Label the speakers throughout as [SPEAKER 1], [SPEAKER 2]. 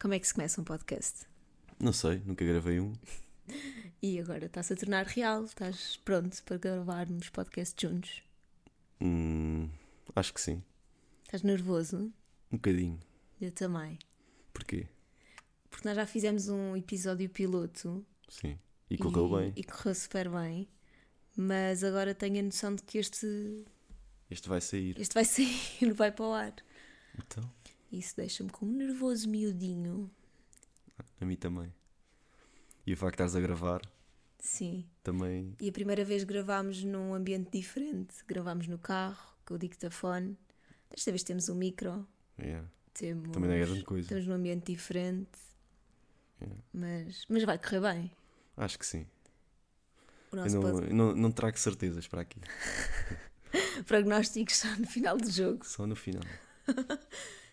[SPEAKER 1] Como é que se começa um podcast?
[SPEAKER 2] Não sei, nunca gravei um.
[SPEAKER 1] E agora está-se a tornar real, estás pronto para gravarmos podcast juntos?
[SPEAKER 2] Hum, acho que sim.
[SPEAKER 1] Estás nervoso?
[SPEAKER 2] Um bocadinho.
[SPEAKER 1] Eu também.
[SPEAKER 2] Porquê?
[SPEAKER 1] Porque nós já fizemos um episódio piloto
[SPEAKER 2] Sim. E correu bem.
[SPEAKER 1] e correu super bem, mas agora tenho a noção de que este,
[SPEAKER 2] Este vai sair.
[SPEAKER 1] este vai sair, vai para o ar.
[SPEAKER 2] Então,
[SPEAKER 1] Isso deixa-me como nervoso miudinho.
[SPEAKER 2] a mim também. E o facto de estás a gravar
[SPEAKER 1] Sim.
[SPEAKER 2] também.
[SPEAKER 1] E a primeira vez gravámos num ambiente diferente. Gravámos no carro, com o dictafone. Desta vez temos um micro.
[SPEAKER 2] yeah.
[SPEAKER 1] Temos,
[SPEAKER 2] Também não é grande coisa.
[SPEAKER 1] Estamos num ambiente diferente.
[SPEAKER 2] Yeah.
[SPEAKER 1] Mas, mas vai correr bem.
[SPEAKER 2] Acho que sim.
[SPEAKER 1] O
[SPEAKER 2] Eu
[SPEAKER 1] nosso
[SPEAKER 2] não,
[SPEAKER 1] pod-
[SPEAKER 2] eu não, não trago certezas para aqui.
[SPEAKER 1] prognóstico está no final do jogo.
[SPEAKER 2] Só no final.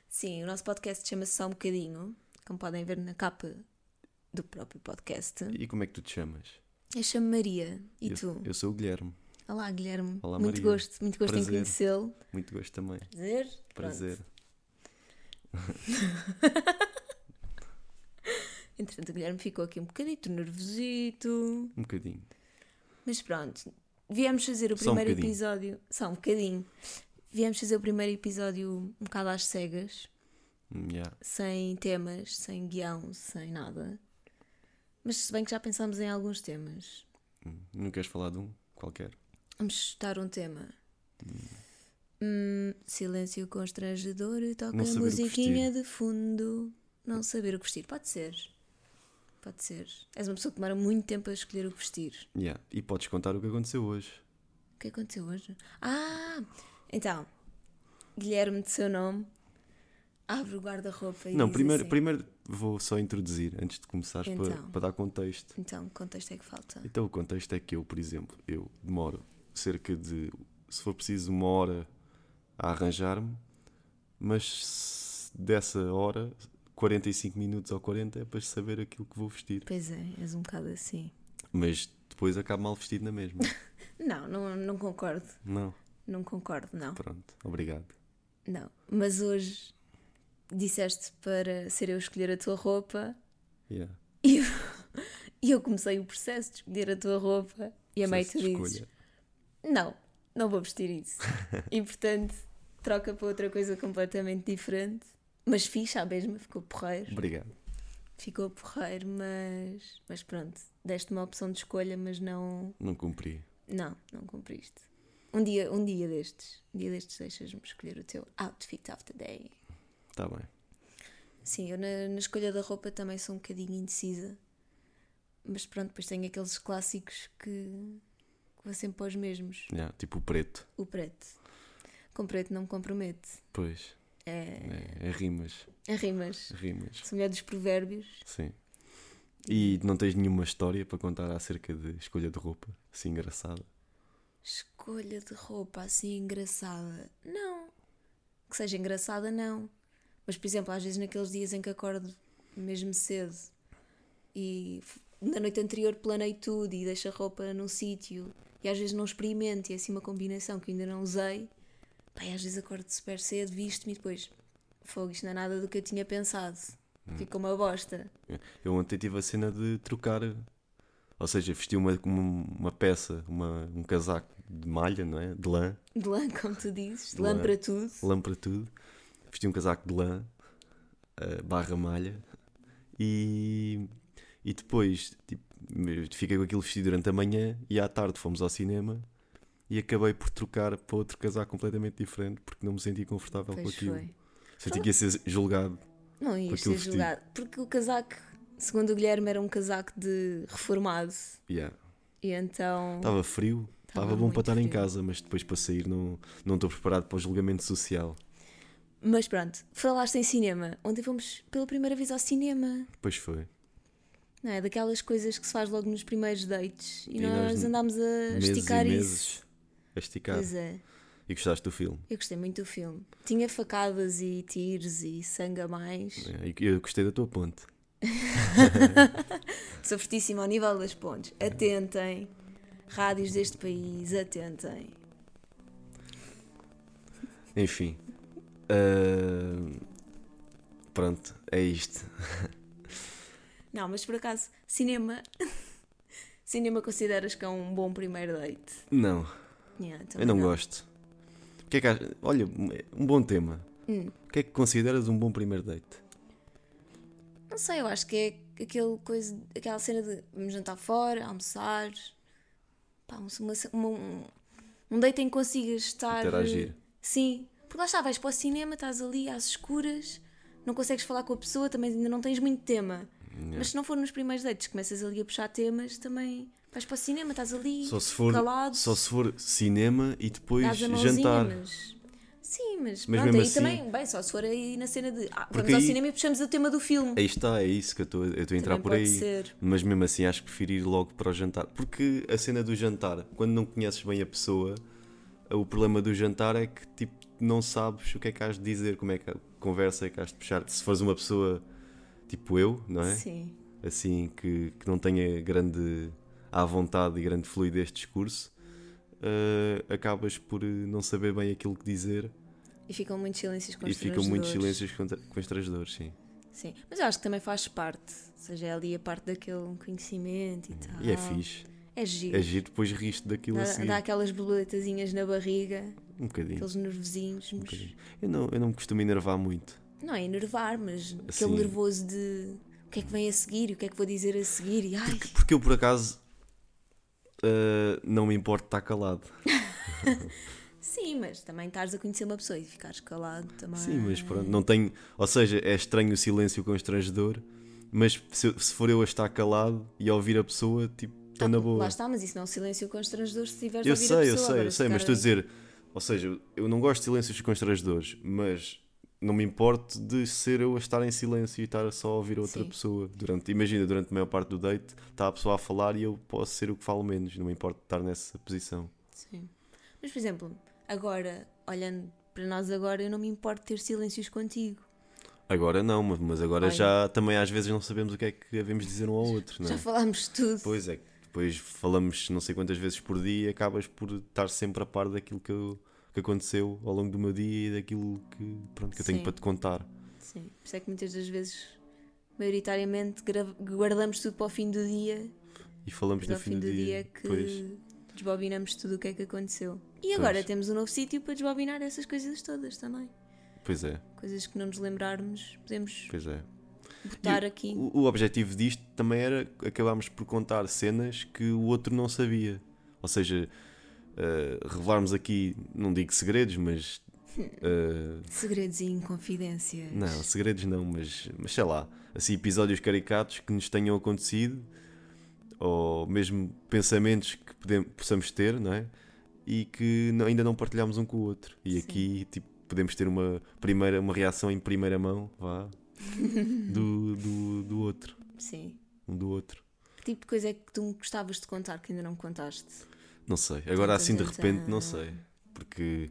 [SPEAKER 1] Sim, o nosso podcast chama-se Só um Bocadinho, como podem ver na capa do próprio podcast.
[SPEAKER 2] E como é que tu te chamas?
[SPEAKER 1] Eu chamo Maria. E
[SPEAKER 2] eu,
[SPEAKER 1] tu?
[SPEAKER 2] Eu sou o Guilherme.
[SPEAKER 1] Olá, Guilherme.
[SPEAKER 2] Olá,
[SPEAKER 1] muito
[SPEAKER 2] Maria.
[SPEAKER 1] gosto, muito gosto em
[SPEAKER 2] Prazer.
[SPEAKER 1] conhecê-lo.
[SPEAKER 2] Muito gosto também.
[SPEAKER 1] Prazer. Pronto.
[SPEAKER 2] Prazer.
[SPEAKER 1] Entretanto, o Guilherme ficou aqui um bocadito nervosito.
[SPEAKER 2] Um bocadinho.
[SPEAKER 1] Mas pronto, viemos fazer o
[SPEAKER 2] Só um
[SPEAKER 1] primeiro
[SPEAKER 2] bocadinho.
[SPEAKER 1] episódio. Só um bocadinho. Viemos fazer o primeiro episódio um bocado às cegas,
[SPEAKER 2] Hum, yeah.
[SPEAKER 1] sem temas, sem guião, sem nada. Mas se bem que já pensámos em alguns temas.
[SPEAKER 2] Hum, Não queres falar de um qualquer?
[SPEAKER 1] Vamos chutar um tema. Hum, silêncio constrangedor, toca
[SPEAKER 2] Não saber o que
[SPEAKER 1] musiquinha de fundo. Não saber o que vestir. Pode ser. Pode ser. És uma pessoa que demora muito tempo a escolher o que vestir.
[SPEAKER 2] Yeah. E podes contar o que aconteceu hoje.
[SPEAKER 1] O que aconteceu hoje? Ah! Então, Guilherme de seu nome, abre o guarda-roupa e
[SPEAKER 2] Não,
[SPEAKER 1] diz
[SPEAKER 2] primeiro,
[SPEAKER 1] assim.
[SPEAKER 2] primeiro vou só introduzir antes de começares para,
[SPEAKER 1] Então.
[SPEAKER 2] para dar contexto.
[SPEAKER 1] Então, que contexto é que falta?
[SPEAKER 2] Então o contexto é que eu, por exemplo, eu demoro cerca de, se for preciso, uma hora a arranjar-me, mas se- dessa hora, 45 minutos ou 40 é para saber aquilo que vou vestir.
[SPEAKER 1] Pois é, és um bocado assim.
[SPEAKER 2] Mas depois acabo mal vestido na mesma.
[SPEAKER 1] Não, não, não concordo.
[SPEAKER 2] Não,
[SPEAKER 1] Não concordo, não.
[SPEAKER 2] pronto, obrigado.
[SPEAKER 1] Não, mas hoje disseste para ser eu a escolher a tua roupa
[SPEAKER 2] Yeah.
[SPEAKER 1] e eu, e eu comecei o processo de escolher a tua roupa e a meio tu
[SPEAKER 2] Processo de
[SPEAKER 1] dizes:
[SPEAKER 2] escolha.
[SPEAKER 1] Não, não vou vestir isso. e portanto, troca para outra coisa completamente diferente. Mas fixe à mesma, ficou porreiro.
[SPEAKER 2] Obrigado.
[SPEAKER 1] Ficou porreiro, mas, mas pronto, deste uma opção de escolha, mas não,
[SPEAKER 2] Não cumpri.
[SPEAKER 1] não, não cumpriste. Um dia, um dia destes, um dia destes deixas-me escolher o teu outfit of the day.
[SPEAKER 2] Está Tá bem.
[SPEAKER 1] Sim, eu na, na escolha da roupa também sou um bocadinho indecisa. Mas pronto, depois tenho aqueles clássicos que, que vou sempre para os mesmos.
[SPEAKER 2] Yeah, Tipo o preto.
[SPEAKER 1] O preto. Com preto não me compromete.
[SPEAKER 2] Pois.
[SPEAKER 1] É,
[SPEAKER 2] É, é rimas.
[SPEAKER 1] é rimas.
[SPEAKER 2] Rimas.
[SPEAKER 1] Sou mulher dos provérbios.
[SPEAKER 2] Sim. E não tens nenhuma história para contar acerca de escolha de roupa? Assim, engraçada.
[SPEAKER 1] Escolha de roupa assim engraçada. Não. Que seja engraçada, não. Mas, por exemplo, às vezes naqueles dias em que acordo mesmo cedo e f- na noite anterior planei tudo e deixo a roupa num sítio e às vezes não experimento e é assim uma combinação que ainda não usei. Pai, às vezes acordo super cedo, visto-me e depois fogo, isto não é nada do que eu tinha pensado. Fica uma bosta.
[SPEAKER 2] Eu ontem tive a cena de trocar, ou seja, vesti uma, uma, uma peça, uma, um casaco de malha, não é? De lã,
[SPEAKER 1] De lã, como tu dizes, de lã
[SPEAKER 2] Lã.
[SPEAKER 1] para tudo.
[SPEAKER 2] lã para tudo. Vesti um casaco de lã, eh, barra malha, e, e depois tipo, eu fiquei com aquilo vestido durante a manhã e à tarde fomos ao cinema. E acabei por trocar para outro casaco completamente diferente porque não me senti confortável com
[SPEAKER 1] Pois
[SPEAKER 2] aquilo.
[SPEAKER 1] foi.
[SPEAKER 2] Senti que ia ser julgado.
[SPEAKER 1] Não
[SPEAKER 2] Com
[SPEAKER 1] ias
[SPEAKER 2] aquele
[SPEAKER 1] ser
[SPEAKER 2] vestido.
[SPEAKER 1] julgado. Porque o casaco, segundo o Guilherme, era um casaco de reformado.
[SPEAKER 2] Yeah.
[SPEAKER 1] E então.
[SPEAKER 2] Estava frio,
[SPEAKER 1] Tava
[SPEAKER 2] estava bom
[SPEAKER 1] muito
[SPEAKER 2] para estar em
[SPEAKER 1] frio.
[SPEAKER 2] casa, mas depois para sair não não estou preparado para o julgamento social.
[SPEAKER 1] Mas pronto, falaste em cinema. Ontem fomos pela primeira vez ao cinema.
[SPEAKER 2] Pois foi.
[SPEAKER 1] Não é? Daquelas coisas que se faz logo nos primeiros dates. E,
[SPEAKER 2] E
[SPEAKER 1] nós,
[SPEAKER 2] nós
[SPEAKER 1] andámos a
[SPEAKER 2] Meses
[SPEAKER 1] esticar
[SPEAKER 2] e
[SPEAKER 1] isso.
[SPEAKER 2] meses a esticar.
[SPEAKER 1] Pois é.
[SPEAKER 2] E gostaste do filme?
[SPEAKER 1] Eu gostei muito do filme. Tinha facadas e tiros e sangue a mais.
[SPEAKER 2] É, e Eu gostei da tua ponte.
[SPEAKER 1] Sou fortíssima ao nível das pontes. Atentem. Rádios deste país, atentem.
[SPEAKER 2] Enfim. ah, Pronto, é isto.
[SPEAKER 1] Não, mas por acaso, cinema. cinema consideras que é um bom primeiro date?
[SPEAKER 2] Não,
[SPEAKER 1] Yeah,
[SPEAKER 2] eu
[SPEAKER 1] também
[SPEAKER 2] não, gosto. O que é que ach- Olha, um bom tema.
[SPEAKER 1] Hum.
[SPEAKER 2] O que é que consideras um bom primeiro date?
[SPEAKER 1] Não sei, eu acho que é aquele coisa, aquela cena de vamos jantar fora, almoçar. Pá, um, uma ce- uma- um, um date em que consigas estar.
[SPEAKER 2] Interagir.
[SPEAKER 1] Sim, porque lá está, vais para o cinema, estás ali às escuras, não consegues falar com a pessoa, também ainda não tens muito tema. Mas se não for nos primeiros dates, começas ali a puxar temas, também vais para o cinema, estás ali,
[SPEAKER 2] Só se for,
[SPEAKER 1] calado,
[SPEAKER 2] só se for cinema e depois
[SPEAKER 1] dás a mãozinha,
[SPEAKER 2] jantar.
[SPEAKER 1] mas... Sim, mas,
[SPEAKER 2] Mas
[SPEAKER 1] pronto,
[SPEAKER 2] mesmo
[SPEAKER 1] aí
[SPEAKER 2] assim-
[SPEAKER 1] também, bem, só se for aí na cena de ah, vamos
[SPEAKER 2] Porque
[SPEAKER 1] ao
[SPEAKER 2] aí-
[SPEAKER 1] cinema e puxamos o tema do filme.
[SPEAKER 2] Aí está, é isso que eu estou eu estou a entrar
[SPEAKER 1] Também
[SPEAKER 2] por
[SPEAKER 1] pode
[SPEAKER 2] aí.
[SPEAKER 1] ser.
[SPEAKER 2] Mas mesmo assim acho que prefiro ir logo para o jantar. Porque a cena do jantar, quando não conheces bem a pessoa, o problema do jantar é que tipo não sabes o que é que has de dizer, como é que a conversa é que has de puxar. Se fores uma pessoa tipo eu, não é?
[SPEAKER 1] Sim.
[SPEAKER 2] Assim, que, que não tenha grande à vontade e grande fluidez de discurso, eh, acabas por eh, não saber bem aquilo que dizer
[SPEAKER 1] E ficam muitos silêncios
[SPEAKER 2] e ficam muitos
[SPEAKER 1] constrangedores.
[SPEAKER 2] silêncios contra- constrangedores, sim.
[SPEAKER 1] Sim, mas eu acho que também faz parte. Ou seja, é ali a parte daquele conhecimento e tal.
[SPEAKER 2] E é fixe.
[SPEAKER 1] É giro.
[SPEAKER 2] É giro, assim. depois riste daquilo a
[SPEAKER 1] Dá,
[SPEAKER 2] seguir.
[SPEAKER 1] dá aquelas borboletazinhas na barriga,
[SPEAKER 2] Um bocadinho.
[SPEAKER 1] aqueles nervosinhos.
[SPEAKER 2] um
[SPEAKER 1] mas-
[SPEAKER 2] bocadinho. Eu, não, eu não me costumo enervar muito.
[SPEAKER 1] Não é enervar, mas aquele
[SPEAKER 2] Assim.
[SPEAKER 1] nervoso de o que é que vem a seguir, o que é que vou dizer a seguir. E ai,
[SPEAKER 2] Porque eu, por acaso, ah, não me importo estar calado.
[SPEAKER 1] sim, mas também estás a conhecer uma pessoa e ficares calado também.
[SPEAKER 2] Sim, mas pronto, não tenho. Ou seja, é estranho o silêncio constrangedor, mas se, eu- se for eu a estar calado e a ouvir a pessoa, tipo, estou na boa.
[SPEAKER 1] Lá está, mas isso não é um silêncio constrangedor se estiveres a
[SPEAKER 2] Eu
[SPEAKER 1] ouvir
[SPEAKER 2] sei,
[SPEAKER 1] a pessoa.
[SPEAKER 2] eu sei,
[SPEAKER 1] Agora,
[SPEAKER 2] eu
[SPEAKER 1] se
[SPEAKER 2] sei, mas
[SPEAKER 1] ficar
[SPEAKER 2] estou a dizer. Ou seja, eu não gosto de silêncios constrangedores, mas não me importo de ser eu a estar em silêncio e estar só a ouvir outra
[SPEAKER 1] Sim.
[SPEAKER 2] pessoa. Durante, imagina, durante a maior parte do date, está a pessoa a falar e eu posso ser o que falo menos, não me importo de estar nessa posição.
[SPEAKER 1] Sim. Mas, por exemplo, agora, olhando para nós agora, eu não me importo de ter silêncios contigo.
[SPEAKER 2] Agora não, mas- mas agora
[SPEAKER 1] Olha.
[SPEAKER 2] já também às vezes não sabemos o que é que devemos dizer um ao outro, não é?
[SPEAKER 1] Já falámos de tudo.
[SPEAKER 2] Pois é, que depois falamos não sei quantas vezes por dia e acabas por estar sempre a par daquilo que, eu- que aconteceu ao longo do meu dia e daquilo que, pronto, que eu tenho
[SPEAKER 1] Sim.
[SPEAKER 2] para te contar.
[SPEAKER 1] Sim. Por isso é que muitas das vezes, maioritariamente, gra- guardamos tudo para o fim do dia.
[SPEAKER 2] E falamos
[SPEAKER 1] Mas
[SPEAKER 2] no
[SPEAKER 1] ao
[SPEAKER 2] fim do, dia,
[SPEAKER 1] é que
[SPEAKER 2] Pois.
[SPEAKER 1] desbobinamos tudo o que é que aconteceu. E agora temos um novo sítio para desbobinar essas coisas todas também.
[SPEAKER 2] pois é,
[SPEAKER 1] Coisas que não nos lembrarmos, podemos
[SPEAKER 2] pois é.
[SPEAKER 1] botar aqui.
[SPEAKER 2] O, o objetivo disto também era acabarmos por contar cenas que o outro não sabia. Ou seja, eh, revelarmos aqui, não digo segredos, mas. eh,
[SPEAKER 1] Segredos e inconfidências.
[SPEAKER 2] Não, segredos não, mas, mas sei lá, assim, episódios caricatos que nos tenham acontecido, ou mesmo pensamentos que podemos, possamos ter, não é? E que não- ainda não partilhámos um com o outro. E
[SPEAKER 1] Sim.
[SPEAKER 2] aqui, tipo, podemos ter uma, primeira, uma reação em primeira mão, vá, do, do, do outro,
[SPEAKER 1] Sim.
[SPEAKER 2] um do outro.
[SPEAKER 1] Que tipo de coisa é que tu me gostavas de contar que ainda não me contaste?
[SPEAKER 2] Não sei, agora assim de
[SPEAKER 1] Tum, tum,
[SPEAKER 2] repente, não
[SPEAKER 1] tum.
[SPEAKER 2] sei, porque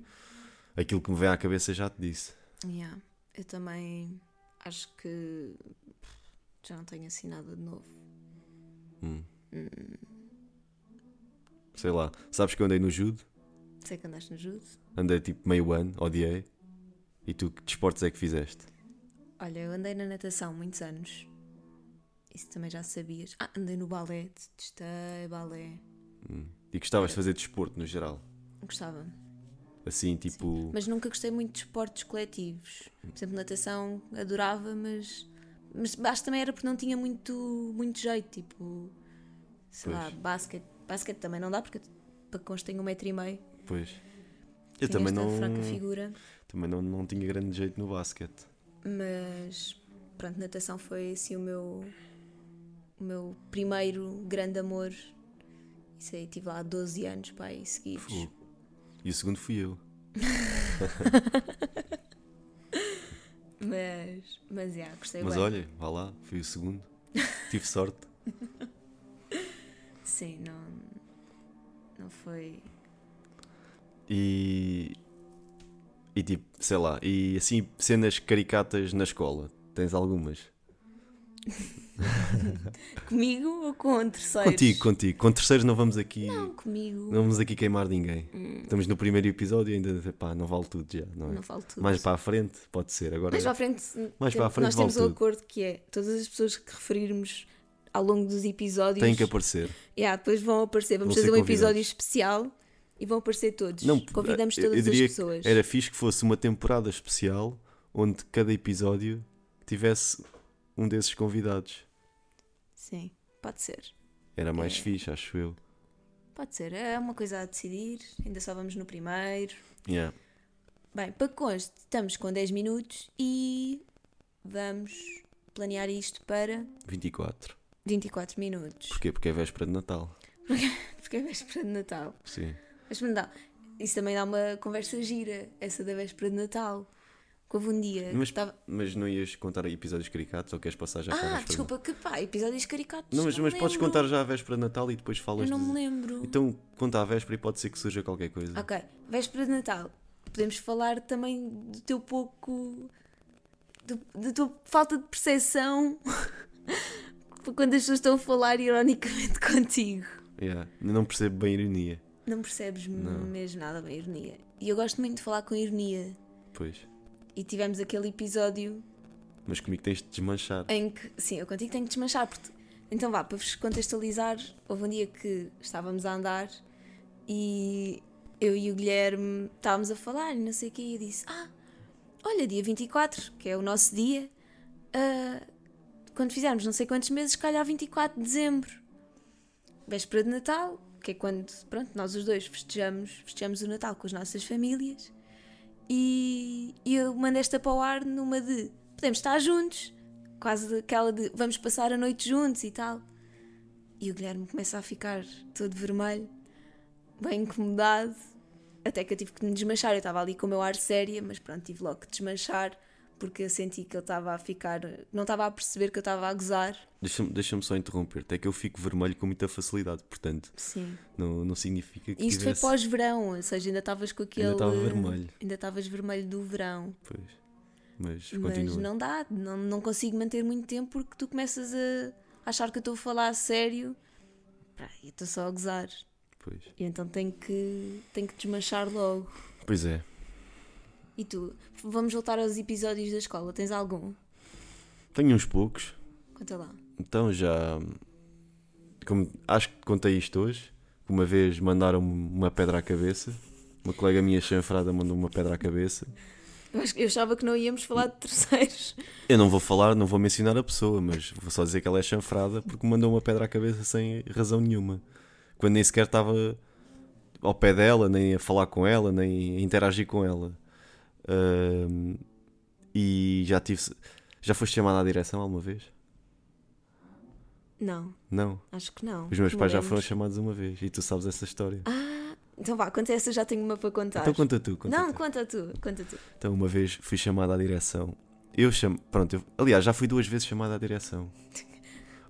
[SPEAKER 2] aquilo que me vem à cabeça já te disse.
[SPEAKER 1] Yeah. Eu também acho que já não tenho assim nada de novo.
[SPEAKER 2] Sei lá, sabes que eu andei no judo?
[SPEAKER 1] Sei que andaste no judo.
[SPEAKER 2] Andei tipo meio ano, odiei. E tu que desportos é que fizeste?
[SPEAKER 1] Olha, eu andei na natação muitos anos. Isso também já sabias. Ah, andei no balé, testei balé.
[SPEAKER 2] E gostavas de fazer desporto no geral?
[SPEAKER 1] Gostava.
[SPEAKER 2] Assim, tipo.
[SPEAKER 1] Mas nunca gostei muito de esportes coletivos. Por exemplo, natação adorava, mas. Mas acho que também era porque não tinha muito, muito jeito. Tipo. Sei lá,
[SPEAKER 2] Pois.
[SPEAKER 1] basquete. Basquete também não dá, porque eu, para que conste tenho um metro e meio.
[SPEAKER 2] Pois. Eu
[SPEAKER 1] Tenho
[SPEAKER 2] também
[SPEAKER 1] esta
[SPEAKER 2] não,
[SPEAKER 1] fraca figura.
[SPEAKER 2] também não. não tinha grande jeito no basquete.
[SPEAKER 1] mas pronto, natação foi assim o meu o meu primeiro grande amor. Isso aí, tive lá 12 anos, pai, seguidos.
[SPEAKER 2] Fogo. E o segundo fui eu.
[SPEAKER 1] Mas, mas, yeah, gostei
[SPEAKER 2] Mas
[SPEAKER 1] bem.
[SPEAKER 2] olha, vá lá, fui o segundo. Tive sorte.
[SPEAKER 1] Sim, não, não foi...
[SPEAKER 2] E. E tipo, sei lá. E assim, cenas caricatas na escola. Tens algumas?
[SPEAKER 1] Comigo ou com terceiros?
[SPEAKER 2] Contigo, contigo. Com terceiros não vamos aqui. Não.
[SPEAKER 1] Não, comigo.
[SPEAKER 2] vamos aqui queimar ninguém. Estamos no primeiro episódio e ainda pá, não vale tudo já, não é?
[SPEAKER 1] Não falo tudo.
[SPEAKER 2] Mais para a frente, pode ser. Agora
[SPEAKER 1] Mais para a frente,
[SPEAKER 2] Mais
[SPEAKER 1] tem-
[SPEAKER 2] para a frente
[SPEAKER 1] nós
[SPEAKER 2] vale
[SPEAKER 1] temos um
[SPEAKER 2] tudo.
[SPEAKER 1] acordo que é todas as pessoas que referirmos ao longo dos episódios
[SPEAKER 2] tem que aparecer.
[SPEAKER 1] yeah, depois vão aparecer. Vamos
[SPEAKER 2] Vão ser
[SPEAKER 1] fazer um episódio
[SPEAKER 2] convidados.
[SPEAKER 1] especial e vão aparecer todos.
[SPEAKER 2] Não,
[SPEAKER 1] Convidamos
[SPEAKER 2] eu-
[SPEAKER 1] todas
[SPEAKER 2] eu diria
[SPEAKER 1] as
[SPEAKER 2] que
[SPEAKER 1] pessoas.
[SPEAKER 2] Era fixe que fosse uma temporada especial onde cada episódio tivesse um desses convidados.
[SPEAKER 1] Sim, pode ser.
[SPEAKER 2] Era
[SPEAKER 1] É.
[SPEAKER 2] mais fixe, acho eu.
[SPEAKER 1] Pode ser. É uma coisa a decidir. Ainda só vamos no primeiro.
[SPEAKER 2] Yeah.
[SPEAKER 1] Bem, para conste, estamos com 10 minutos e vamos planear isto para
[SPEAKER 2] 24.
[SPEAKER 1] 24 minutos.
[SPEAKER 2] Porquê? Porque é véspera de Natal.
[SPEAKER 1] Porque é véspera de Natal.
[SPEAKER 2] Sim.
[SPEAKER 1] Véspera de Natal. Isso também dá uma conversa gira, essa da véspera de Natal. Que Houve um dia. que
[SPEAKER 2] Mas,
[SPEAKER 1] tava-
[SPEAKER 2] mas não ias contar aí episódios caricatos ou queres passar já para a
[SPEAKER 1] Ah,
[SPEAKER 2] véspera de
[SPEAKER 1] desculpa, que pá, episódios caricatos.
[SPEAKER 2] Não, mas,
[SPEAKER 1] não
[SPEAKER 2] mas
[SPEAKER 1] me
[SPEAKER 2] podes
[SPEAKER 1] lembro.
[SPEAKER 2] contar já a véspera de Natal e depois falas.
[SPEAKER 1] Eu não
[SPEAKER 2] de-
[SPEAKER 1] me lembro.
[SPEAKER 2] Então conta à véspera e pode ser que surja qualquer coisa.
[SPEAKER 1] Ok, véspera de Natal. Podemos falar também do teu pouco. do- da tua falta de percepção quando as pessoas estão a falar ironicamente contigo.
[SPEAKER 2] Yeah. Não percebo bem a ironia.
[SPEAKER 1] Não percebes mesmo nada bem a ironia. E eu gosto muito de falar com ironia.
[SPEAKER 2] Pois.
[SPEAKER 1] E tivemos aquele episódio
[SPEAKER 2] Mas comigo tens de desmanchar.
[SPEAKER 1] em que, sim, eu contigo tenho que desmanchar, porque, então vá, para vos contextualizar, houve um dia que estávamos a andar e eu e o Guilherme estávamos a falar e não sei o quê, e eu disse, ah, olha, dia 24, que é o nosso dia, ah, quando fizermos não sei quantos meses, calhar 24 de dezembro, véspera de Natal, que é quando, pronto, nós os dois festejamos, festejamos o Natal com as nossas famílias, e, e eu mandei esta para o ar numa de podemos estar juntos, quase daquela de vamos passar a noite juntos e tal. E o Guilherme começa a ficar todo vermelho, bem incomodado, até que eu tive que me desmanchar. Eu estava ali com o meu ar séria, mas pronto, tive logo que desmanchar porque eu senti que ele estava a ficar, não estava a perceber que eu estava a gozar.
[SPEAKER 2] Deixa-me deixa-me só interromper-te. É que eu fico vermelho com muita facilidade, portanto,
[SPEAKER 1] Sim.
[SPEAKER 2] não, não significa que
[SPEAKER 1] E isto
[SPEAKER 2] tivesse...
[SPEAKER 1] foi pós-verão, ou seja, ainda estavas com aquele.
[SPEAKER 2] Ainda estava vermelho.
[SPEAKER 1] Ainda estavas vermelho do verão.
[SPEAKER 2] Pois. Mas
[SPEAKER 1] Mas
[SPEAKER 2] continua.
[SPEAKER 1] não dá, não, não consigo manter muito tempo porque tu começas a achar que eu estou a falar a sério Pá, e eu estou só a gozar.
[SPEAKER 2] Pois.
[SPEAKER 1] E então tenho que, tenho que desmanchar logo.
[SPEAKER 2] Pois é.
[SPEAKER 1] E tu? Vamos voltar aos episódios da escola, tens algum?
[SPEAKER 2] Tenho uns poucos.
[SPEAKER 1] Conta lá.
[SPEAKER 2] Então já. Como, acho que contei isto hoje. que Uma vez mandaram-me uma pedra à cabeça. Uma colega minha chanfrada mandou uma pedra à cabeça.
[SPEAKER 1] Eu, acho- eu achava que não íamos falar de terceiros.
[SPEAKER 2] Eu não vou falar, não vou mencionar a pessoa, mas vou só dizer que ela é chanfrada porque me mandou uma pedra à cabeça sem razão nenhuma. Quando nem sequer estava ao pé dela, nem a falar com ela, nem a interagir com ela. Ahm, e já tive. Já foste chamada à direção alguma vez?
[SPEAKER 1] Não,
[SPEAKER 2] Não.
[SPEAKER 1] acho que não.
[SPEAKER 2] Os meus
[SPEAKER 1] Não
[SPEAKER 2] pais já
[SPEAKER 1] lembro.
[SPEAKER 2] foram chamados uma vez e tu sabes essa história.
[SPEAKER 1] Então vá, conta essa, já tenho uma para contar.
[SPEAKER 2] então conta tu, conta
[SPEAKER 1] não,
[SPEAKER 2] tu.
[SPEAKER 1] conta tu, conta tu.
[SPEAKER 2] Então, uma vez fui chamada à direção. Eu chamo. Pronto, eu- aliás, já fui duas vezes chamada à direção.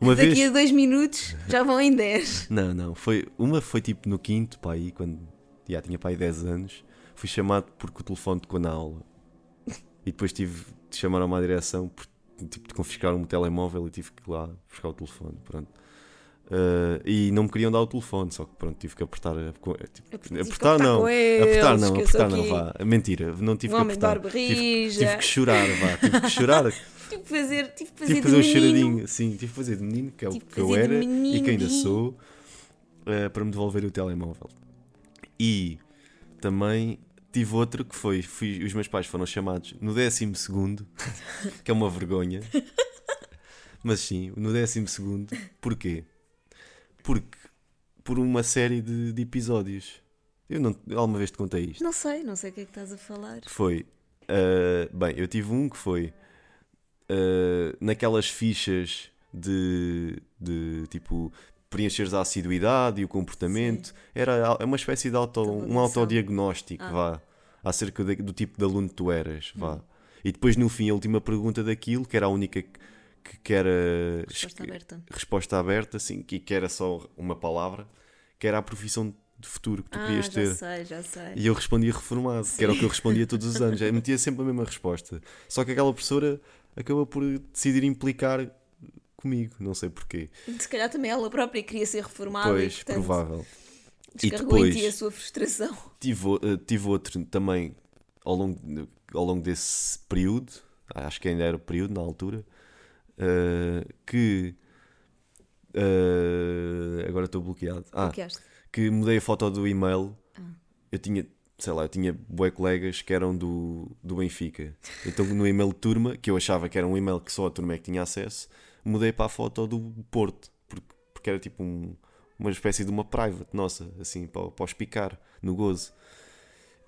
[SPEAKER 2] Uma
[SPEAKER 1] Daqui
[SPEAKER 2] vez.
[SPEAKER 1] a dois minutos já vão em 10.
[SPEAKER 2] Não, não. Foi... Uma foi tipo no quinto, pá, aí, quando. Já tinha pá, aí 10 anos. Fui chamado porque o telefone tocou na aula. E depois tive de chamar a uma direção por tipo, de confiscar um telemóvel e tive que ir lá buscar o telefone. Pronto. Ah, e não me queriam dar o telefone, só que pronto, tive que apertar. A... co- tipo,
[SPEAKER 1] Tive que
[SPEAKER 2] apertar
[SPEAKER 1] apertar
[SPEAKER 2] não.
[SPEAKER 1] com eles,
[SPEAKER 2] apertar não,
[SPEAKER 1] que eu sou
[SPEAKER 2] apertar não,
[SPEAKER 1] aqui
[SPEAKER 2] vá. Mentira, não tive
[SPEAKER 1] um
[SPEAKER 2] que
[SPEAKER 1] homem de
[SPEAKER 2] apertar. Tive,
[SPEAKER 1] barbarija.
[SPEAKER 2] tive que chorar, vá. Tive que chorar.
[SPEAKER 1] Tive que fazer, tive que fazer,
[SPEAKER 2] Tive que fazer um
[SPEAKER 1] de menino.
[SPEAKER 2] cheiradinho, sim, tive que fazer de menino, que é o
[SPEAKER 1] Tive que
[SPEAKER 2] que eu
[SPEAKER 1] fazer de
[SPEAKER 2] era e que ainda
[SPEAKER 1] menino.
[SPEAKER 2] sou, eh, para me devolver o telemóvel. E também tive outro que foi, fui- os meus pais foram chamados no 12 segundo, que é uma vergonha, mas sim, no 12 segundo, porquê? Porque, por uma série de, de episódios, eu não, alguma vez te contei isto.
[SPEAKER 1] Não sei, não sei o que é que estás a falar.
[SPEAKER 2] que foi. ah, bem, eu tive um que foi ah, naquelas fichas de, de tipo preencheres a assiduidade e o comportamento. Era a- é uma espécie de auto, um
[SPEAKER 1] Avaliação.
[SPEAKER 2] autodiagnóstico,
[SPEAKER 1] Ah.
[SPEAKER 2] vá, acerca da- do tipo de aluno que tu eras,
[SPEAKER 1] Hum.
[SPEAKER 2] vá. E depois no fim a última pergunta daquilo, que era a única que, que- que era
[SPEAKER 1] Resposta aberta.
[SPEAKER 2] resposta aberta, assim, que, que era só uma palavra, que era a profissão de futuro que tu
[SPEAKER 1] ah,
[SPEAKER 2] querias
[SPEAKER 1] já
[SPEAKER 2] ter.
[SPEAKER 1] sei, já sei.
[SPEAKER 2] E eu respondia reformado, que era o que eu respondia todos os anos. Eu metia sempre a mesma resposta. Só que aquela professora acabou por decidir implicar comigo, não sei porquê.
[SPEAKER 1] Se calhar também ela própria queria ser reformada.
[SPEAKER 2] pois,
[SPEAKER 1] e, portanto,
[SPEAKER 2] provável.
[SPEAKER 1] Descarregou
[SPEAKER 2] depois-
[SPEAKER 1] em ti a sua frustração.
[SPEAKER 2] Tive, o- eh, tive outro também ao longo, ao longo desse período, acho que ainda era o período na altura, eh, que. eh, agora estou bloqueado. Ah,
[SPEAKER 1] Bloqueaste.
[SPEAKER 2] que mudei a foto do e-mail. Eu tinha, sei lá, eu tinha bué colegas que eram do, do Benfica. Então no e-mail de turma, que eu achava que era um e-mail que só a turma é que tinha acesso, mudei para a foto do Porto, porque, porque era tipo um- uma espécie de uma private nossa, assim, para, para os picar, no gozo.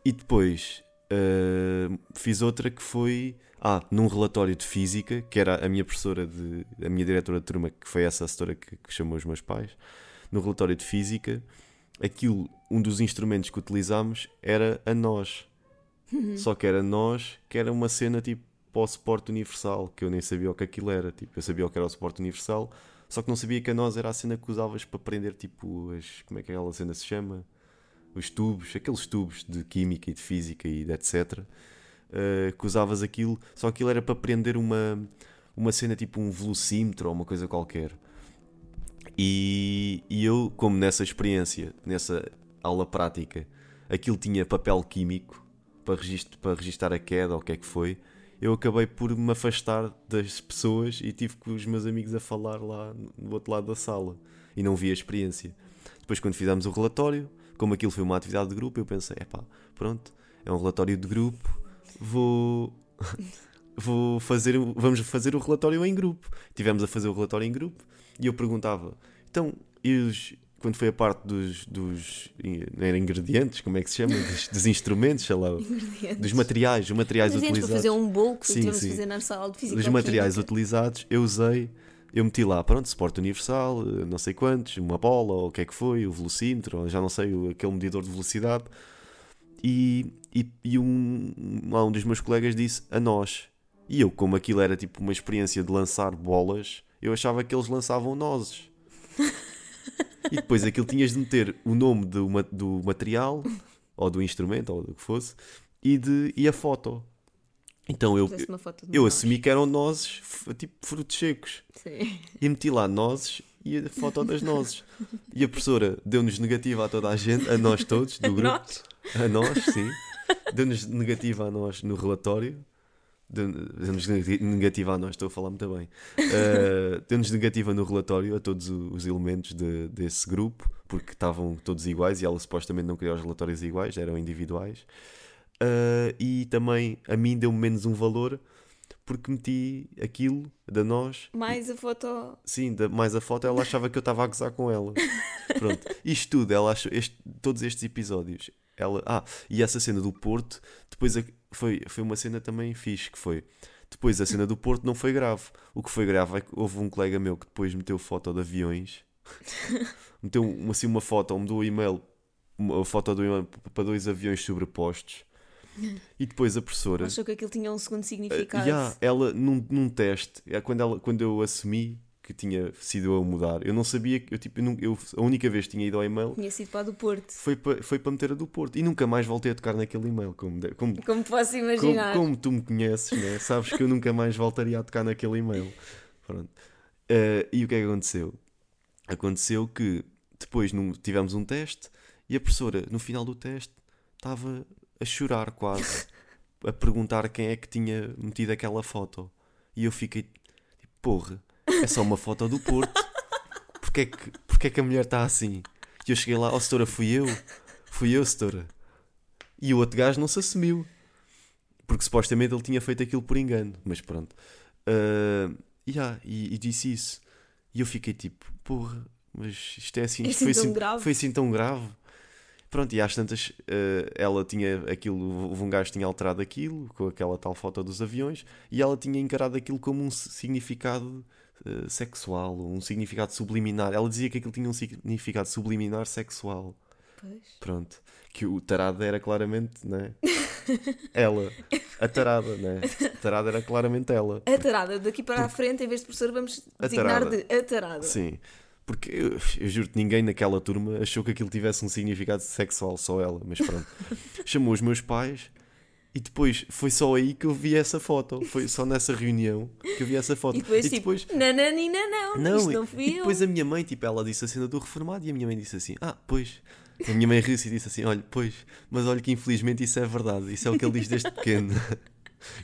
[SPEAKER 2] E depois ah, fiz outra que foi. Ah, num relatório de física, que era a minha professora de. a minha diretora de turma, que foi essa assessora que, que chamou os meus pais, no relatório de física, aquilo, um dos instrumentos que utilizámos era a nós. Só que era nós, que era uma cena tipo para o suporte universal, que eu nem sabia o que aquilo era. Tipo, eu sabia o que era o suporte universal, só que não sabia que a nós era a cena que usavas para prender tipo as. como é que aquela cena se chama? Os tubos, aqueles tubos de química e de física e de etc. eh, que usavas aquilo, só que aquilo era para prender uma, uma cena tipo um velocímetro ou uma coisa qualquer. E, e eu, como nessa experiência, nessa aula prática, aquilo tinha papel químico para, regist para registar a queda ou o que é que foi, eu acabei por me afastar das pessoas e tive com os meus amigos a falar lá no- no outro lado da sala e não vi a experiência. Depois, quando fizemos o relatório, como aquilo foi uma atividade de grupo, eu pensei: epá, pronto, é um relatório de grupo, vou. Vou fazer, o- vamos fazer o relatório em grupo. Tivemos a fazer o relatório em grupo e eu perguntava: então, e os- quando foi a parte dos, dos in- não era ingredientes, como é que se chama? Dos, dos instrumentos, sei lá,
[SPEAKER 1] Ingredientes.
[SPEAKER 2] dos materiais, os materiais
[SPEAKER 1] Ingredientes para
[SPEAKER 2] utilizados
[SPEAKER 1] fazer um bolo que
[SPEAKER 2] Sim,
[SPEAKER 1] tivemos
[SPEAKER 2] sim.
[SPEAKER 1] de fazer na nossa aula de física.
[SPEAKER 2] dos
[SPEAKER 1] ou
[SPEAKER 2] materiais
[SPEAKER 1] química.
[SPEAKER 2] utilizados, eu usei, eu meti lá, pronto, suporte universal, eh, não sei quantos, uma bola, ou o que é que foi, o velocímetro, ou já não sei, o- aquele medidor de velocidade. E, e, e um, lá um dos meus colegas disse a nós. E eu, como aquilo era tipo uma experiência de lançar bolas, eu achava que eles lançavam nozes. e depois aquilo tinhas de meter o nome do, ma- do material, ou do instrumento, ou do que fosse, e, de, e a foto. Então eu,
[SPEAKER 1] Puseste uma foto de
[SPEAKER 2] eu
[SPEAKER 1] nós.
[SPEAKER 2] assumi que eram nozes, f- tipo frutos secos.
[SPEAKER 1] Sim.
[SPEAKER 2] E meti lá nozes e a foto das nozes. E a professora deu-nos negativa a toda a gente, a nós todos, do grupo.
[SPEAKER 1] Nós.
[SPEAKER 2] A nós, sim. Deu-nos negativa a nós no relatório. Deu- Deu-nos negati- negativa a nós, estou a falar muito bem. Ah, Deu-nos negativa no relatório a todos o- os elementos de- desse grupo, porque estavam todos iguais e ela supostamente não queria os relatórios iguais, eram individuais. Ah, e também a mim deu-me menos um valor, porque meti aquilo da nós
[SPEAKER 1] Mais a foto.
[SPEAKER 2] Sim, da- mais a foto, ela achava que eu estava a gozar com ela. Pronto, isto tudo, ela achou, este- todos estes episódios. Ela, ah, e essa cena do Porto, depois a- foi, foi uma cena também fixe, que foi. Depois a cena do Porto não foi grave. O que foi grave é que houve um colega meu que depois meteu foto de aviões, meteu um- assim uma foto, ou mudou o e-mail, uma foto do e-mail p- para dois aviões sobrepostos. E depois a professora.
[SPEAKER 1] Achou que aquilo tinha um segundo
[SPEAKER 2] Uh,
[SPEAKER 1] significado.
[SPEAKER 2] yeah, ela num, num teste, é quando, ela, quando eu assumi que tinha sido eu a mudar, eu não sabia que eu, tipo, eu, nun- eu- a única vez que tinha ido ao e-mail
[SPEAKER 1] Tinha sido para a do Porto.
[SPEAKER 2] foi para foi para meter a do Porto e nunca mais voltei a tocar naquele e-mail, como, de- como,
[SPEAKER 1] Como posso
[SPEAKER 2] como,
[SPEAKER 1] imaginar.
[SPEAKER 2] como tu me conheces, né? sabes que eu nunca mais voltaria a tocar naquele e-mail. Pronto. Uh, e o que é que aconteceu? Aconteceu que depois num- tivemos um teste e a professora, no final do teste, estava a chorar quase, a perguntar quem é que tinha metido aquela foto. E eu fiquei tipo, porra, é só uma foto do Porto. Porquê é que, porquê é que a mulher está assim? E eu cheguei lá, ó, setora, fui eu. Fui eu, setora. E o outro gajo não se assumiu. Porque supostamente ele tinha feito aquilo por engano. Mas pronto. Ah, yeah, e, e disse isso. E eu fiquei tipo, porra, mas isto é assim.
[SPEAKER 1] É
[SPEAKER 2] Isto
[SPEAKER 1] assim
[SPEAKER 2] foi,
[SPEAKER 1] tão
[SPEAKER 2] assim,
[SPEAKER 1] grave?
[SPEAKER 2] foi assim tão grave. Pronto, e às tantas ah, ela tinha aquilo, houve um gajo que tinha alterado aquilo, com aquela tal foto dos aviões, e ela tinha encarado aquilo como um significado eh, sexual, ou um significado subliminar. Ela dizia que aquilo tinha um significado subliminar sexual.
[SPEAKER 1] Pois.
[SPEAKER 2] Pronto. Que o tarado era claramente, né? Ela. A tarada, né? A tarada era claramente ela.
[SPEAKER 1] A tarada. Daqui para a frente, em vez de professor, vamos
[SPEAKER 2] A
[SPEAKER 1] designar
[SPEAKER 2] tarada.
[SPEAKER 1] de a tarada.
[SPEAKER 2] Sim. Porque eu, eu juro que ninguém naquela turma achou que aquilo tivesse um significado sexual, só ela, mas pronto. Chamou os meus pais E depois foi só aí que eu vi essa foto. Foi só nessa reunião que eu vi essa foto.
[SPEAKER 1] E depois, tipo, nananina, não, não, isto
[SPEAKER 2] e-
[SPEAKER 1] não fui
[SPEAKER 2] e
[SPEAKER 1] eu.
[SPEAKER 2] depois a minha mãe, tipo, ela disse a cena do reformado e a minha mãe disse assim: Ah, pois. A minha mãe riu-se e disse assim: Olha, pois, mas olha que infelizmente isso é verdade. Isso é o que ele diz desde pequeno.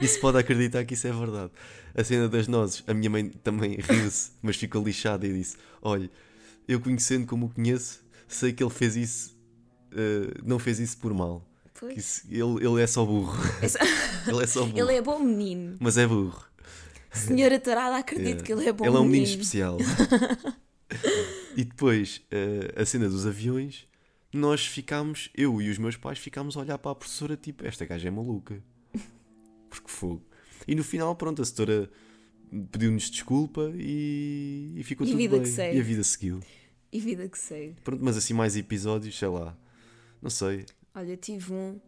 [SPEAKER 2] Isso pode acreditar que isso é verdade. A cena das nozes, a minha mãe também riu-se, mas ficou lixada e disse: Olha, eu conhecendo como o conheço, sei que ele fez isso, eh, não fez isso por mal.
[SPEAKER 1] Pois.
[SPEAKER 2] Que isso- ele, ele é só burro.
[SPEAKER 1] Essa-
[SPEAKER 2] Ele é só burro.
[SPEAKER 1] Ele é bom menino.
[SPEAKER 2] Mas é burro.
[SPEAKER 1] Senhora Tarada, acredito
[SPEAKER 2] É.
[SPEAKER 1] que ele é bom
[SPEAKER 2] Ele é um menino
[SPEAKER 1] menino.
[SPEAKER 2] especial. e depois, eh, a cena dos aviões, nós ficámos, eu e os meus pais ficámos a olhar para a professora, tipo, esta gaja é maluca. Porque fogo. E no final, pronto, a setora pediu-nos desculpa e, e ficou
[SPEAKER 1] E
[SPEAKER 2] tudo
[SPEAKER 1] vida
[SPEAKER 2] bem.
[SPEAKER 1] que segue.
[SPEAKER 2] E a vida seguiu.
[SPEAKER 1] E vida que segue.
[SPEAKER 2] Pronto, mas assim mais episódios, sei lá. Não sei.
[SPEAKER 1] Olha, tive um,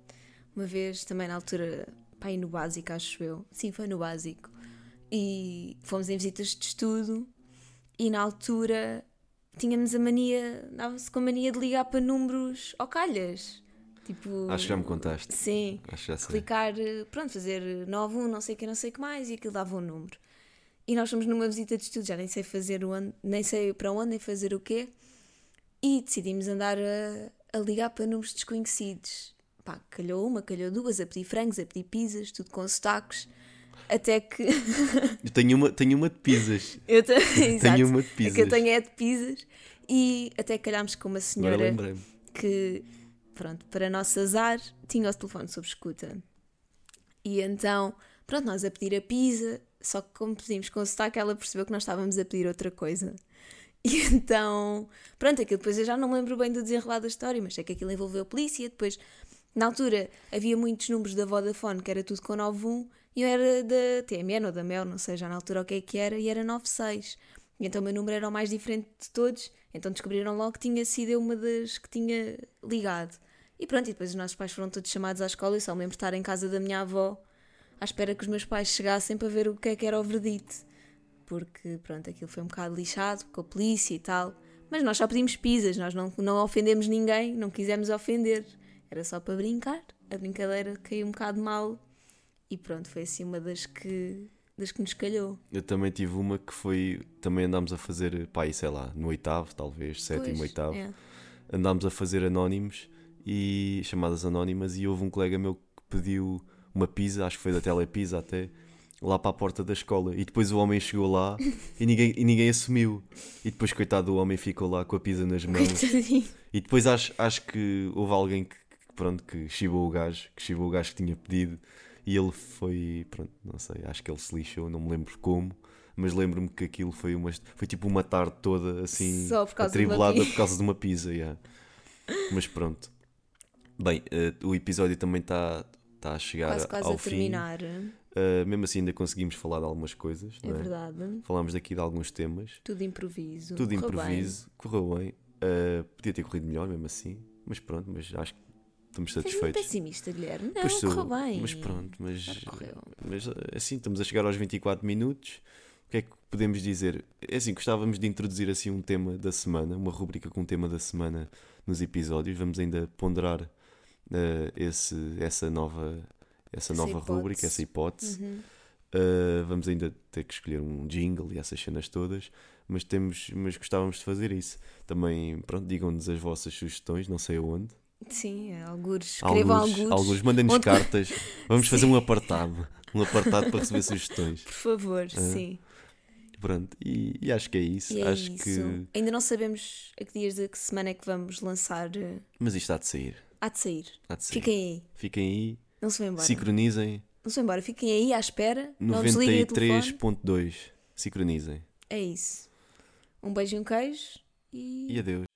[SPEAKER 1] uma vez, também na altura, pá, aí no básico, acho eu. Sim, foi no básico. E fomos em visitas de estudo e na altura tínhamos a mania, dava-se com a mania de ligar para números ao calhas. Tipo,
[SPEAKER 2] Acho que já me contaste.
[SPEAKER 1] sim,
[SPEAKER 2] Acho que já sei.
[SPEAKER 1] clicar, eh, pronto, fazer 91, não sei o que, não sei o que mais, e aquilo dava um número. E nós fomos numa visita de estudo, já nem sei fazer onde, nem sei para onde, nem fazer o quê, e decidimos andar a, a ligar para números desconhecidos. Pá, calhou uma, calhou duas, a pedir frangos, a pedir pizzas, tudo com sotaques, até que.
[SPEAKER 2] Eu tenho uma, tenho uma de pizzas.
[SPEAKER 1] eu ta- Exato,
[SPEAKER 2] uma
[SPEAKER 1] A
[SPEAKER 2] de
[SPEAKER 1] que eu
[SPEAKER 2] pizzas.
[SPEAKER 1] tenho é de pizzas, e até calhámos com uma
[SPEAKER 2] Agora
[SPEAKER 1] senhora
[SPEAKER 2] lembrei-me.
[SPEAKER 1] que, pronto, para nosso azar, tinha o telefone sob escuta. E então, pronto, nós a pedir a pizza, só que como pedimos com sotaque, ela percebeu que nós estávamos a pedir outra coisa. E então, pronto, aquilo depois eu já não me lembro bem do desenrolar da história, mas sei que aquilo envolveu a polícia, depois... Na altura havia muitos números da Vodafone, que era tudo com 91, e eu era da TMN ou da Mel, não sei já na altura o que é que era, e era 96. E então o meu número era o mais diferente de todos, então descobriram logo que tinha sido eu uma das que tinha ligado. E pronto, e depois os nossos pais foram todos chamados à escola, eu só me lembro de estar em casa da minha avó, à espera que os meus pais chegassem para ver o que é que era o verdito. Porque, pronto, aquilo foi um bocado lixado, com a polícia e tal. Mas nós só pedimos pizzas, nós não, não ofendemos ninguém, não quisemos ofender. Era só para brincar. A brincadeira caiu um bocado mal. E pronto, foi assim uma das que, das que nos calhou.
[SPEAKER 2] Eu também tive uma que foi. Também andámos a fazer, pá, e sei lá, no oitavo, talvez, sétimo,
[SPEAKER 1] Pois,
[SPEAKER 2] oitavo.
[SPEAKER 1] é.
[SPEAKER 2] Andámos a fazer anónimos e chamadas anónimas. E houve um colega meu que pediu uma pizza, acho que foi da Telepisa até, lá para a porta da escola. E depois o homem chegou lá e ninguém, e ninguém assumiu. E depois, coitado, o homem ficou lá com a pizza nas mãos.
[SPEAKER 1] Coitadinho.
[SPEAKER 2] E depois acho, acho que houve alguém que, que, pronto, que chibou o gajo, que chibou o gajo que tinha pedido e ele foi, pronto, não sei, acho que ele se lixou, não me lembro como, mas lembro-me que aquilo foi uma, foi tipo uma tarde toda assim,
[SPEAKER 1] Só por causa de uma
[SPEAKER 2] atribulada
[SPEAKER 1] pi-
[SPEAKER 2] por causa de uma pizza, yeah. Mas pronto. Bem, eh, o episódio também está tá a chegar
[SPEAKER 1] Quase, quase
[SPEAKER 2] ao
[SPEAKER 1] a terminar. É
[SPEAKER 2] fim. Eh, mesmo assim ainda conseguimos falar de algumas coisas, não é?
[SPEAKER 1] verdade.
[SPEAKER 2] Falámos daqui de alguns temas.
[SPEAKER 1] Tudo improviso.
[SPEAKER 2] Tudo
[SPEAKER 1] Correu bem.
[SPEAKER 2] improviso, correu bem. Ah, podia ter corrido melhor mesmo assim, mas pronto, mas acho que estamos
[SPEAKER 1] És muito
[SPEAKER 2] satisfeitos.
[SPEAKER 1] um pessimista, Guilherme. assim, Não,
[SPEAKER 2] Pois sou,
[SPEAKER 1] correu bem.
[SPEAKER 2] Mas pronto, mas,
[SPEAKER 1] Claro que correu.
[SPEAKER 2] mas ah, assim estamos a chegar aos 24 minutos. O que é que podemos dizer? É assim, gostávamos de introduzir assim um tema da semana, uma rubrica com um tema da semana nos episódios. Vamos ainda ponderar ah, esse, essa nova, essa
[SPEAKER 1] Essa
[SPEAKER 2] nova
[SPEAKER 1] hipótese.
[SPEAKER 2] rubrica, essa hipótese.
[SPEAKER 1] Uhum.
[SPEAKER 2] Uh, vamos ainda ter que escolher um jingle e essas cenas todas, mas temos, mas gostávamos de fazer isso. Também, pronto, digam-nos as vossas sugestões, não sei aonde.
[SPEAKER 1] Sim, é, algures. Escrevam algures.
[SPEAKER 2] alguns mandem-nos
[SPEAKER 1] Onde-
[SPEAKER 2] cartas. Vamos fazer um apartado, um apartado para receber sugestões.
[SPEAKER 1] Por
[SPEAKER 2] É.
[SPEAKER 1] favor, sim.
[SPEAKER 2] Pronto, e, e acho que é isso.
[SPEAKER 1] E é
[SPEAKER 2] acho
[SPEAKER 1] isso.
[SPEAKER 2] que,
[SPEAKER 1] Ainda não sabemos a que dias de que semana é que vamos lançar. eh,
[SPEAKER 2] mas isto há de sair.
[SPEAKER 1] Há de sair.
[SPEAKER 2] Há de sair.
[SPEAKER 1] Fiquem aí.
[SPEAKER 2] Fiquem aí,
[SPEAKER 1] Não se vão embora.
[SPEAKER 2] sincronizem
[SPEAKER 1] Não se vão embora. Fiquem aí à espera. Não desliguem o telefone.
[SPEAKER 2] 93.2. Sincronizem.
[SPEAKER 1] É isso. Um beijo e um queijo. E
[SPEAKER 2] E adeus.